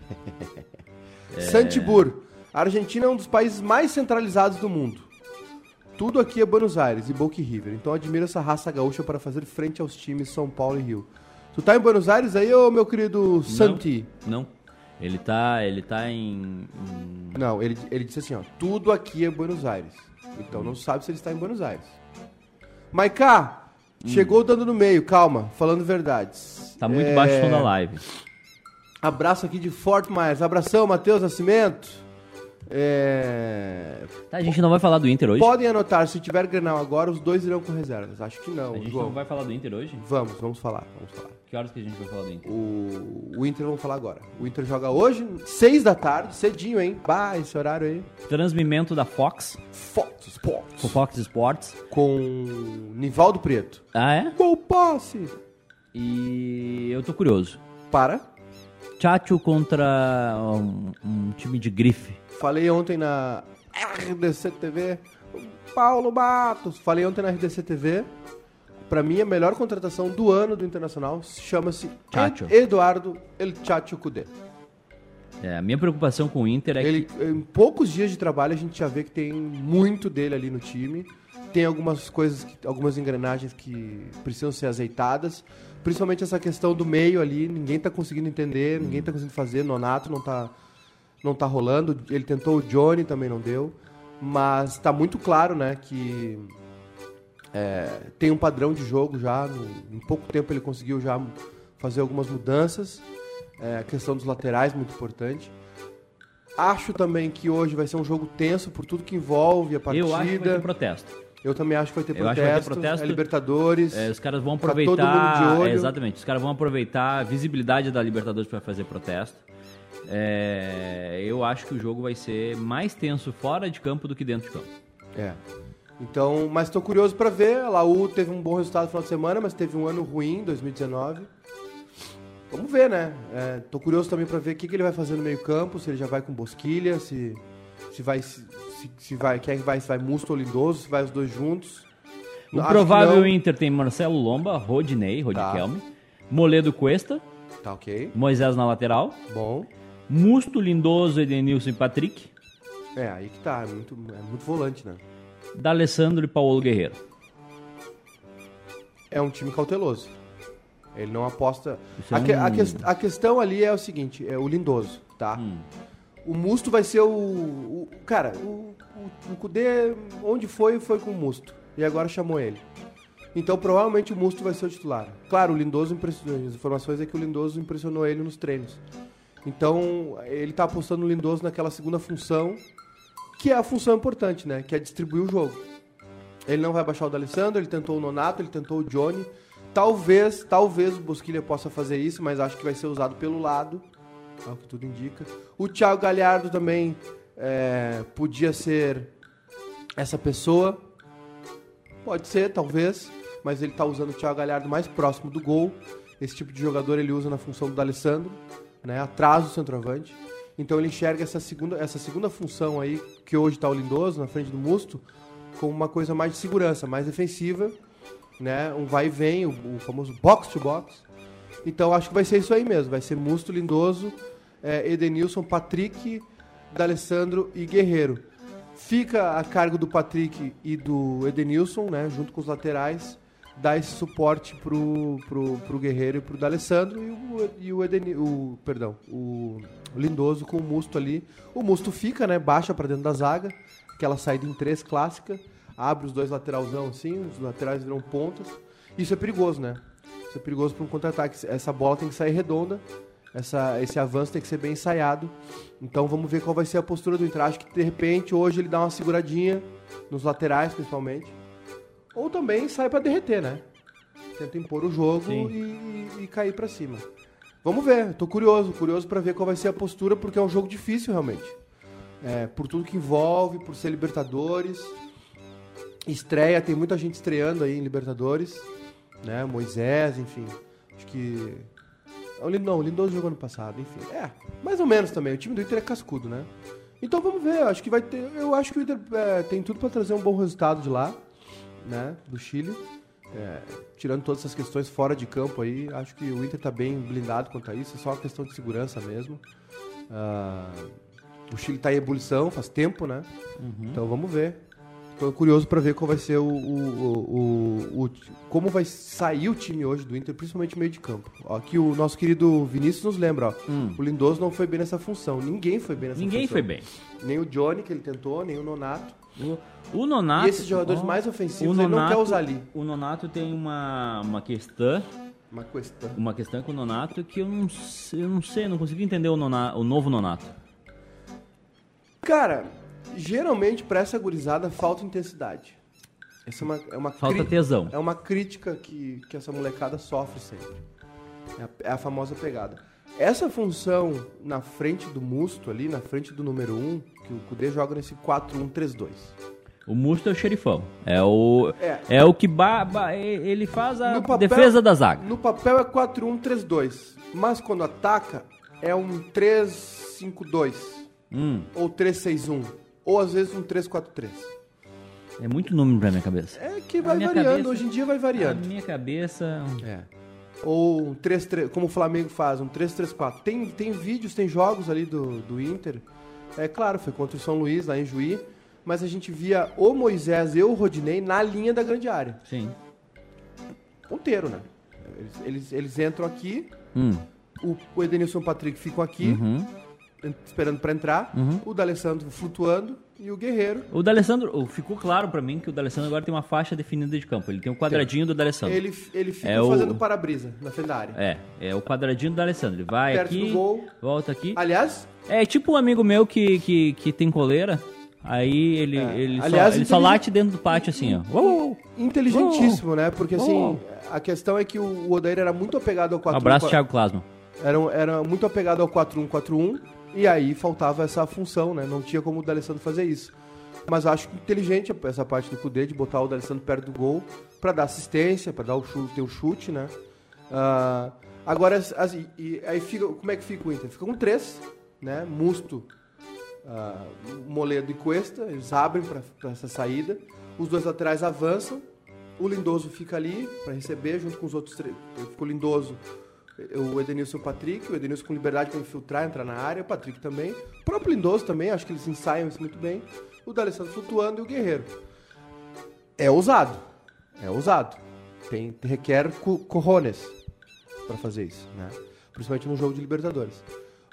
Speaker 1: É. Santibur. A Argentina é um dos países mais centralizados do mundo. Tudo aqui é Buenos Aires e Boca e River. Então admiro essa raça gaúcha para fazer frente aos times São Paulo e Rio. Tu tá em Buenos Aires aí, ô meu querido Santi?
Speaker 2: Não. Ele tá, ele tá em, em-
Speaker 1: Não, ele, ele disse assim, ó, tudo aqui é Buenos Aires. Então não sabe se ele está em Buenos Aires. Maiká, chegou dando no meio, calma, falando verdades.
Speaker 2: Hum. Tá muito
Speaker 1: É,
Speaker 2: baixo o som da live.
Speaker 1: Abraço aqui de Fort Myers. Abração, Matheus Nascimento. É,
Speaker 2: Tá, a gente não vai falar do Inter hoje?
Speaker 1: Podem anotar, se tiver Grenal agora, os dois irão com reservas. Acho que
Speaker 2: A
Speaker 1: não,
Speaker 2: gente
Speaker 1: João.
Speaker 2: não vai falar do Inter hoje?
Speaker 1: Vamos, vamos falar, vamos falar.
Speaker 2: Que horas que a gente vai falar do Inter?
Speaker 1: O, o Inter, vamos falar agora. O Inter joga hoje, seis da tarde, cedinho, hein? Bah, esse horário aí.
Speaker 2: Transmimento da Fox,
Speaker 1: Fox Sports.
Speaker 2: Fox Sports.
Speaker 1: com Nivaldo Preto.
Speaker 2: Ah, é?
Speaker 1: Bom passe!
Speaker 2: E eu tô curioso.
Speaker 1: Para.
Speaker 2: Chacho contra um, um time de grife.
Speaker 1: Falei ontem na RDC TV. Paulo Matos. Falei ontem na RDC TV. Pra mim, a melhor contratação do ano do Internacional chama-se
Speaker 2: Chacho.
Speaker 1: Ed- Eduardo El Chacho Cudê.
Speaker 2: É, a minha preocupação com o Inter é
Speaker 1: Ele, em poucos dias de trabalho, a gente já vê que tem muito dele ali no time. Tem algumas coisas, que- algumas engrenagens que precisam ser azeitadas. Principalmente essa questão do meio ali, ninguém tá conseguindo entender, ninguém tá conseguindo fazer. Nonato não tá, não tá rolando. Ele tentou o Johnny, também não deu. Mas tá muito claro, né, que é, tem um padrão de jogo já. no- em pouco tempo ele conseguiu já fazer algumas mudanças. É, a questão dos laterais, muito importante. Acho também que hoje vai ser um jogo tenso por tudo que envolve a
Speaker 2: que eu acho que vai
Speaker 1: partida.
Speaker 2: ter protesto.
Speaker 1: Eu também acho que vai ter
Speaker 2: Eu acho que vai ter
Speaker 1: protesto.
Speaker 2: protesto.
Speaker 1: É Libertadores.
Speaker 2: É, os caras vão
Speaker 1: Tá todo
Speaker 2: aproveitar.
Speaker 1: mundo de olho.
Speaker 2: é, exatamente. Os caras vão aproveitar a visibilidade da Libertadores para fazer protesto. É, eu acho que o jogo vai ser mais tenso fora de campo do que dentro de campo.
Speaker 1: É. Então, mas tô curioso pra ver. A Laú teve um bom resultado no final de semana, mas teve um ano ruim, 2019. Vamos ver, né? É, tô curioso também pra ver o que, que ele vai fazer no meio-campo, se ele já vai com Bosquilha, se, se vai. Se, se- se vai. Quem é que vai? Se vai Musto ou Lindoso, se vai os dois juntos.
Speaker 2: O
Speaker 1: Acho que
Speaker 2: provável
Speaker 1: não.
Speaker 2: Inter tem Marcelo Lomba, Rodinei,
Speaker 1: Tá.
Speaker 2: Rodikelme, Moledo Cuesta,
Speaker 1: Tá ok.
Speaker 2: Moisés na lateral,
Speaker 1: Bom.
Speaker 2: Musto, Lindoso, Edenilson e Patrick,
Speaker 1: É, aí que tá. É muito, é muito volante, né?
Speaker 2: D'Alessandro e Paulo Guerreiro.
Speaker 1: é um time cauteloso. Ele não aposta.
Speaker 2: Isso é
Speaker 1: A, que- a
Speaker 2: um-
Speaker 1: ques- a questão ali é o seguinte: é o lindoso, tá?
Speaker 2: Hum.
Speaker 1: O Musto vai ser o. o- cara, o, o, o Kudê, onde foi, foi com o Musto. E agora chamou ele. Então provavelmente o Musto vai ser o titular. Claro, o Lindoso impressionou. As informações é que o Lindoso impressionou ele nos treinos. Então ele tá apostando no Lindoso naquela segunda função, que é a função importante, né? Que é distribuir o jogo. Ele não vai baixar o D'Alessandro, ele tentou o Nonato, ele tentou o Johnny. Talvez, talvez o Bosquilha possa fazer isso, mas acho que vai ser usado pelo lado, ao que tudo indica. O Thiago Galhardo também é, podia ser essa pessoa. Pode ser, talvez, mas ele tá usando o Thiago Galhardo mais próximo do gol. Esse tipo de jogador ele usa na função do D'Alessandro, né? Atrás do centroavante. Então ele enxerga essa segunda, essa segunda função aí, que hoje tá o Lindoso na frente do Musto, como uma coisa mais de segurança, mais defensiva, né? Um vai e vem, o, o famoso box to box. Então acho que vai ser isso aí mesmo, vai ser Musto, Lindoso, eh, Edenilson, Patrick, D'Alessandro e Guerreiro. Fica a cargo do Patrick e do Edenilson, né, junto com os laterais, dar esse suporte pro, pro, pro Guerreiro e pro D'Alessandro e o, e o Edeni- o- perdão, o Lindoso com o Musto ali. O Musto fica, né, baixa pra dentro da zaga, aquela saída em três clássica, abre os dois lateralzão assim, os laterais viram pontas. Isso é perigoso, né? Isso é perigoso para um contra-ataque. Essa bola tem que sair redonda. Essa, esse avanço tem que ser bem ensaiado. Então vamos ver qual vai ser a postura do Inter. Acho que de repente hoje ele dá uma seguradinha nos laterais, principalmente. Ou também sai para derreter, né? Tenta impor o jogo
Speaker 2: Sim.
Speaker 1: e, e cair para cima. Vamos ver. Tô curioso, curioso para ver qual vai ser a postura, porque é um jogo difícil realmente. É, por tudo que envolve, por ser Libertadores. Estreia, tem muita gente estreando aí em Libertadores né? Moisés, enfim. Acho que. é o Lindo- Não, o Lindoso jogou ano passado, enfim. É, mais ou menos também. O time do Inter é cascudo, né? Então vamos ver, acho que vai ter. Eu acho que o Inter é, tem tudo pra trazer um bom resultado de lá, né? Do Chile. É, tirando todas essas questões fora de campo aí, acho que o Inter tá bem blindado quanto a isso, é só uma questão de segurança mesmo. Ah, o Chile tá em ebulição faz tempo, né?
Speaker 2: Uhum.
Speaker 1: Então vamos ver. Tô curioso pra ver qual vai ser o, o- o- o- o- como vai sair o time hoje do Inter, principalmente meio de campo. Ó, Aqui o nosso querido Vinícius nos lembra, ó. O Lindoso não foi bem nessa função. Ninguém foi bem nessa
Speaker 2: Hum. Ninguém
Speaker 1: função.
Speaker 2: foi bem.
Speaker 1: Nem o Johnny, que ele tentou, nem o Nonato.
Speaker 2: O, o Nonato.
Speaker 1: e esses jogadores
Speaker 2: Ó,
Speaker 1: mais ofensivos, ele não quer usar ali.
Speaker 2: O Nonato tem uma, uma questão.
Speaker 1: Uma questão.
Speaker 2: Uma questão com o Nonato que eu não, sei- eu não sei, eu não consegui entender o, Nona- o novo Nonato.
Speaker 1: Cara, geralmente pra essa gurizada falta intensidade. Essa é uma, é uma
Speaker 2: Falta
Speaker 1: cri-
Speaker 2: tesão.
Speaker 1: É uma crítica que, que essa molecada sofre sempre. É a, é a famosa pegada. Essa função na frente do Musto ali, na frente do número 1, que o Kudê joga nesse 4-1-3-2.
Speaker 2: O Musto é o xerifão. É o.
Speaker 1: É.
Speaker 2: É, o que ba, ba- e- ele faz a
Speaker 1: No papel-
Speaker 2: Ah, defesa da zaga.
Speaker 1: No papel é 4-1-3-2, mas quando ataca é um 3-5-2
Speaker 2: Hum,
Speaker 1: ou 3-6-1, ou às vezes um 3-4-3.
Speaker 2: é muito número pra minha cabeça.
Speaker 1: É que vai
Speaker 2: minha
Speaker 1: variando,
Speaker 2: cabeça-
Speaker 1: hoje em dia vai
Speaker 2: Na
Speaker 1: variando.
Speaker 2: minha cabeça.
Speaker 1: É. Ou um 3-3, como o Flamengo faz, um 3-3-4. Tem, tem vídeos, tem jogos ali do, do Inter. É claro, foi contra o São Luís, lá em Juí. Mas a gente via o Moisés e o Rodinei na linha da grande área.
Speaker 2: Sim.
Speaker 1: Ponteiro, né? Eles, eles, eles entram aqui,
Speaker 2: Hum.
Speaker 1: o, o Edenilson e o Patrick ficam aqui,
Speaker 2: Uhum.
Speaker 1: en- esperando pra entrar. O D'Alessandro flutuando e o Guerreiro.
Speaker 2: O D'Alessandro, o- ficou claro pra mim que o D'Alessandro agora tem uma faixa definida de campo. Ele tem o quadradinho do D'Alessandro.
Speaker 1: Ele, ele fica
Speaker 2: É o-
Speaker 1: fazendo para-brisa na frente da área.
Speaker 2: É, é o quadradinho do D'Alessandro. Ele vai
Speaker 1: Perto
Speaker 2: aqui,
Speaker 1: do gol.
Speaker 2: volta aqui.
Speaker 1: Aliás,
Speaker 2: É tipo um amigo meu que, que, que tem coleira. Aí ele,
Speaker 1: É.
Speaker 2: ele,
Speaker 1: Aliás,
Speaker 2: só, ele só
Speaker 1: intelig-
Speaker 2: late dentro do pátio assim, ó. Uou!
Speaker 1: Inteligentíssimo, né? Porque assim,
Speaker 2: Uou.
Speaker 1: a questão é que o o Odair era muito apegado ao 4
Speaker 2: Abraço, Thiago Clasma.
Speaker 1: Era, um- era muito apegado ao 4-1-4-1, e aí faltava essa função, né? Não tinha como o D'Alessandro fazer isso. Mas acho que inteligente essa parte do Kudê de botar o D'Alessandro perto do gol pra dar assistência, pra dar o chute, ter o chute, né? Ah, agora, assim, e aí fica, como é que fica o Inter? Fica com três, né? Musto, ah, Moledo e Cuesta, eles abrem para essa saída, os dois laterais avançam, o Lindoso fica ali para receber junto com os outros três. Fica o Lindoso, o Edenilson e o Patrick, o Edenilson com liberdade para infiltrar, entrar na área, o Patrick também, o próprio Lindoso também, acho que eles ensaiam isso muito bem, o D'Alessandro flutuando e o Guerreiro. É ousado, é ousado. Tem, requer co corrones para fazer isso, né? Principalmente num jogo de Libertadores.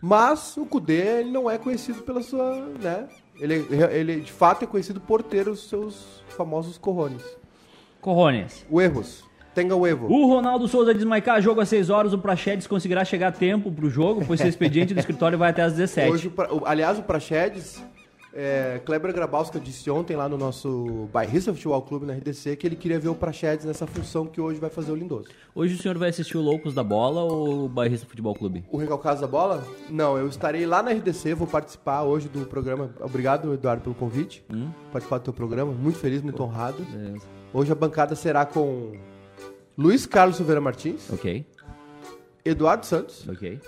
Speaker 1: Mas o Kudê ele não é conhecido pela sua, né? Ele, ele de fato é conhecido por ter os seus famosos corrones.
Speaker 3: Corrones.
Speaker 1: O erros. Tenga o Evo.
Speaker 3: O Ronaldo Souza diz, Maiká, jogo às 6 horas, o Praxedes conseguirá chegar a tempo pro jogo, pois seu expediente do escritório vai até às 17.
Speaker 1: Hoje, o Pra- o- aliás, o Praxedes, é, Kleber Grabowska disse ontem lá no nosso Bairrista Futebol Clube na RDC que ele queria ver o Praxedes nessa função que hoje vai fazer o Lindoso.
Speaker 2: Hoje o senhor vai assistir o Loucos da Bola ou o Bairrista Futebol Clube?
Speaker 1: O Recalcados da Bola? Não, eu estarei lá na RDC, vou participar hoje do programa. Obrigado, Eduardo, pelo convite.
Speaker 2: Hum?
Speaker 1: Participar do teu programa, muito feliz, muito honrado.
Speaker 2: Beleza.
Speaker 1: Hoje a bancada será com Luiz Carlos Silveira Martins,
Speaker 2: Ok,
Speaker 1: Eduardo Santos,
Speaker 2: ok,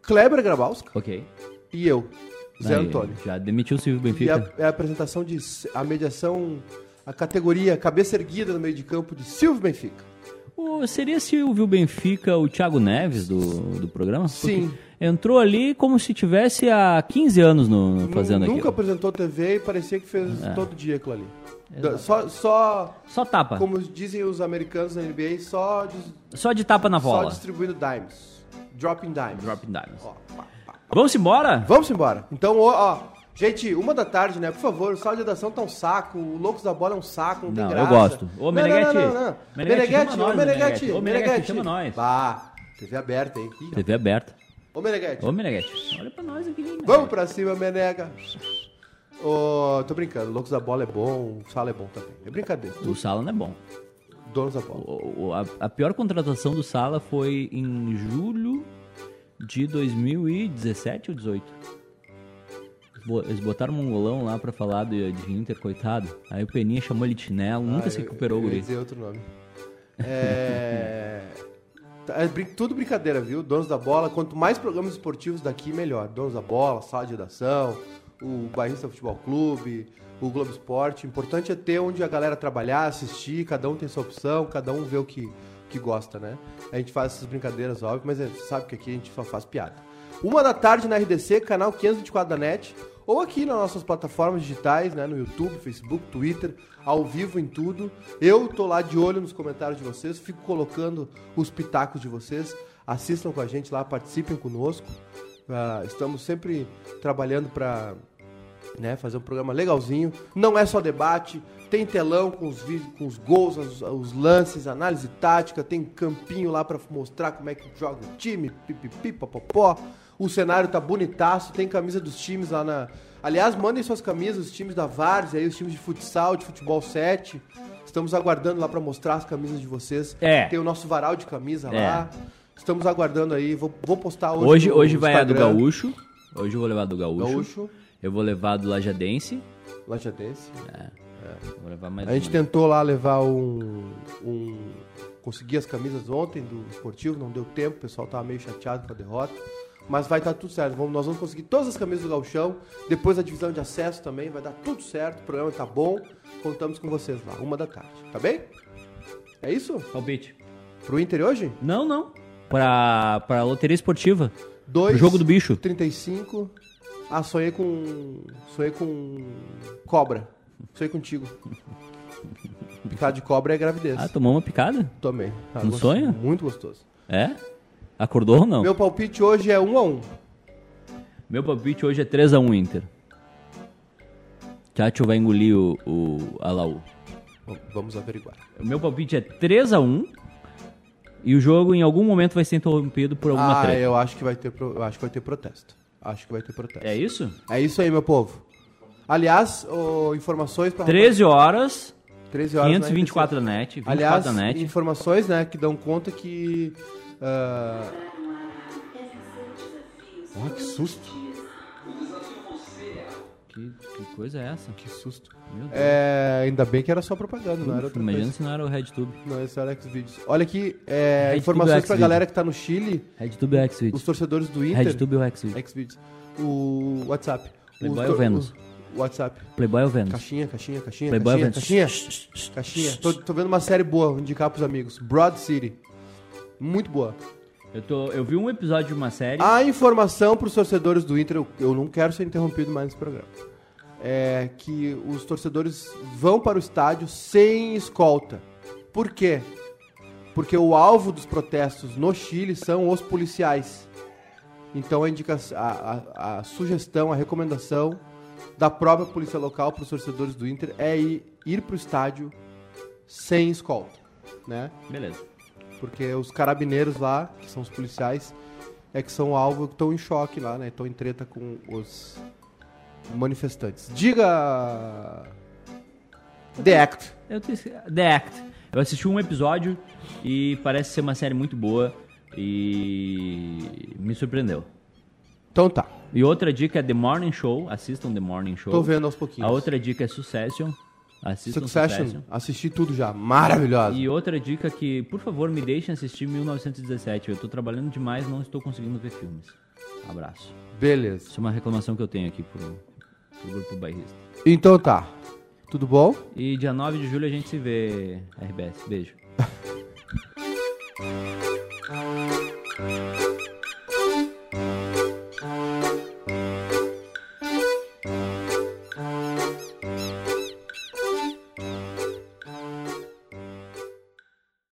Speaker 1: Kleber Grabowska
Speaker 2: ok.
Speaker 1: e eu, Zé
Speaker 2: Aí,
Speaker 1: Antônio.
Speaker 2: Já demitiu o Silvio
Speaker 1: E a,
Speaker 2: Benfica?
Speaker 1: é a apresentação de s- a mediação, a categoria cabeça erguida no meio de campo de Silvio Benfica.
Speaker 2: O- seria Silvio Benfica o Thiago Neves do, do programa? Porque
Speaker 1: Sim.
Speaker 2: Entrou ali como se tivesse há 15 anos no, no- fazendo É.
Speaker 1: Nunca
Speaker 2: aquilo.
Speaker 1: apresentou TV e parecia que fez todo dia aquilo ali. Da- Só, só,
Speaker 2: Só tapa.
Speaker 1: como dizem os americanos na NBA, só, dis-
Speaker 2: Só de tapa na
Speaker 1: só
Speaker 2: bola.
Speaker 1: distribuindo dimes. Dropping dimes.
Speaker 2: Drop dimes.
Speaker 1: Ó, pá.
Speaker 2: Vamos embora?
Speaker 1: Vamos embora. Então, ó, ó, gente, uma da tarde, né? Por favor, o sala de redação tá um saco, o Loucos da Bola é um saco, não, tem
Speaker 2: Não, eu
Speaker 1: graça.
Speaker 2: gosto. Ô,
Speaker 1: Não,
Speaker 2: Meneghetti,
Speaker 1: não, não, não, não.
Speaker 2: Meneghetti,
Speaker 1: Meneghetti,
Speaker 2: chama
Speaker 1: ô
Speaker 2: nós,
Speaker 1: Meneghetti,
Speaker 2: Meneghetti. Ô, Meneghetti, chama nós.
Speaker 1: Bah, TV aberta, hein? Ih,
Speaker 2: TV aberta.
Speaker 1: Ô, Meneghete,
Speaker 2: Ô, Meneghete, olha pra nós aqui. né? Meneghete.
Speaker 1: vamos pra cima, Menega. Ô, tô brincando, Loucos da Bola é bom, o Sala é bom também. É brincadeira,
Speaker 2: O Sala não é bom.
Speaker 1: donos da bola.
Speaker 2: O- o- a, a pior contratação do Sala foi em julho de 2017 ou 18. Bo- Eles botaram um mongolão lá pra falar de, de Inter, coitado. Aí o Peninha chamou ele de chinelo, nunca
Speaker 1: Ah,
Speaker 2: se
Speaker 1: eu-
Speaker 2: recuperou o
Speaker 1: eu ia
Speaker 2: guri.
Speaker 1: dizer outro nome. É... tá, é brin- tudo brincadeira, viu? Donos da Bola, quanto mais programas esportivos daqui, melhor. Donos da Bola, Sala de Redação, o Bairrista Futebol Clube, o Globo Esporte. O importante é ter onde a galera trabalhar, assistir, cada um tem sua opção, cada um vê o que, o que gosta, né? A gente faz essas brincadeiras, óbvio, mas é- sabe que aqui a gente só faz piada. Uma da tarde na RDC, canal 524 da NET, ou aqui nas nossas plataformas digitais, né, no YouTube, Facebook, Twitter, ao vivo em tudo. Eu tô lá de olho nos comentários de vocês, fico colocando os pitacos de vocês. Assistam com a gente lá, participem conosco. Ah, estamos sempre trabalhando para né, fazer um programa legalzinho. Não é só debate, tem telão com os vídeos, com os gols, os, os lances, análise tática, tem campinho lá pra mostrar como é que joga o time, pipipi, papopó. O cenário tá bonitaço, tem camisa dos times lá na. Aliás, mandem suas camisas, os times da Várzea, aí os times de futsal, de futebol 7. Estamos aguardando lá pra mostrar as camisas de vocês.
Speaker 2: É.
Speaker 1: Tem o nosso varal de camisa
Speaker 2: É.
Speaker 1: lá. Estamos aguardando aí. Vou, vou postar hoje.
Speaker 2: Hoje,
Speaker 1: no
Speaker 2: hoje vai a do
Speaker 1: Instagram.
Speaker 2: Gaúcho. Hoje eu vou levar a do Gaúcho.
Speaker 1: Gaúcho,
Speaker 2: Eu vou levar a do Lajadense.
Speaker 1: Lajadense.
Speaker 2: Vou levar mais
Speaker 1: A gente
Speaker 2: uma.
Speaker 1: tentou lá levar um, um. Consegui as camisas ontem do esportivo, não deu tempo, o pessoal tava meio chateado com a derrota. Mas vai dar tudo certo. Vamos, nós vamos conseguir todas as camisas do Galchão, depois a divisão de acesso também, vai dar tudo certo. O programa tá bom. Contamos com vocês lá, uma da tarde, tá bem? É isso?
Speaker 2: Palpite.
Speaker 1: Pro Inter hoje?
Speaker 2: Não, não. Pra, pra loteria esportiva.
Speaker 1: Dois.
Speaker 2: Pro jogo do bicho.
Speaker 1: 35. Ah, sonhei com. Sonhei com. Cobra. Sonhei contigo. Picado de cobra é gravidez.
Speaker 2: Ah, tomou uma picada?
Speaker 1: Tomei. Ah,
Speaker 2: Um
Speaker 1: gostoso.
Speaker 2: sonho?
Speaker 1: Muito gostoso.
Speaker 2: É? Acordou ou não? Meu,
Speaker 1: Meu palpite hoje é 1 a 1
Speaker 2: palpite hoje é 3x1 Inter. Tchatcho vai engolir o, o Alaú.
Speaker 1: Vamos averiguar.
Speaker 2: O meu palpite é 3x1 e o jogo em algum momento vai ser interrompido por alguma
Speaker 1: ah,
Speaker 2: treta.
Speaker 1: eu acho que vai ter pro- eu acho que vai ter protesto. Acho que vai ter protesto.
Speaker 2: É isso?
Speaker 1: É isso aí, meu povo. Aliás, ô, informações para
Speaker 2: 13 horas,
Speaker 1: 13 horas. na
Speaker 2: 524 da net, 24
Speaker 1: Aliás,
Speaker 2: da net.
Speaker 1: informações, né, que dão conta que ah, Ah, que susto.
Speaker 2: Que, que coisa é essa?
Speaker 1: Que susto.
Speaker 2: Meu Deus.
Speaker 1: É, ainda bem que era só propaganda, não era outra
Speaker 2: Imagina
Speaker 1: coisa.
Speaker 2: se não era o RedTube.
Speaker 1: Não, esse é era Xvideos. Olha aqui, é,
Speaker 2: RedTube
Speaker 1: informações pra
Speaker 2: Xvideos.
Speaker 1: galera que tá no Chile,
Speaker 2: RedTube ou
Speaker 1: os
Speaker 2: Xvideos?
Speaker 1: torcedores do Inter. É
Speaker 2: RedTube ou Xvideos?
Speaker 1: Xvideos. O WhatsApp.
Speaker 2: Playboy
Speaker 1: Os
Speaker 2: ou Vênus?
Speaker 1: o WhatsApp.
Speaker 2: Playboy ou Vênus?
Speaker 1: Caixinha, caixinha, caixinha,
Speaker 2: Playboy ou
Speaker 1: caixinha,
Speaker 2: Vênus?
Speaker 1: caixinha,
Speaker 2: Shh, shh, shh, shh.
Speaker 1: caixinha. Tô, tô vendo uma série boa, vou indicar pros amigos. Broad City. Muito boa.
Speaker 2: Eu, tô, eu vi um episódio de uma série.
Speaker 1: A informação pros torcedores do Inter, eu, eu não quero ser interrompido mais nesse programa, é que os torcedores vão para o estádio sem escolta. Por quê? Porque o alvo dos protestos no Chile são os policiais. Então a, indica a, a, a sugestão, a recomendação da própria polícia local para os torcedores do Inter é ir, ir para o estádio sem escolta, né?
Speaker 4: Beleza.
Speaker 1: Porque os carabineiros lá, que são os policiais, é que são alvo, estão em choque lá, né? Estão em treta com os manifestantes. Diga... The Act.
Speaker 2: Eu tenho... The Act. Eu assisti um episódio e parece ser uma série muito boa e me surpreendeu.
Speaker 1: Então tá.
Speaker 2: E outra dica é The Morning Show. Assistam The Morning Show.
Speaker 1: Tô vendo aos pouquinhos.
Speaker 2: A outra dica é Succession. Assistam
Speaker 1: Succession.
Speaker 2: Succession.
Speaker 1: Assisti tudo já. Maravilhosa.
Speaker 2: E outra dica que, por favor, me deixem assistir 1917. Eu tô trabalhando demais, não estou conseguindo ver filmes. Abraço.
Speaker 1: Beleza.
Speaker 2: Isso é uma reclamação que eu tenho aqui pro, pro grupo bairrista.
Speaker 1: Então tá. Tudo bom?
Speaker 2: E dia 9 de julho a gente se vê, RBS. Beijo.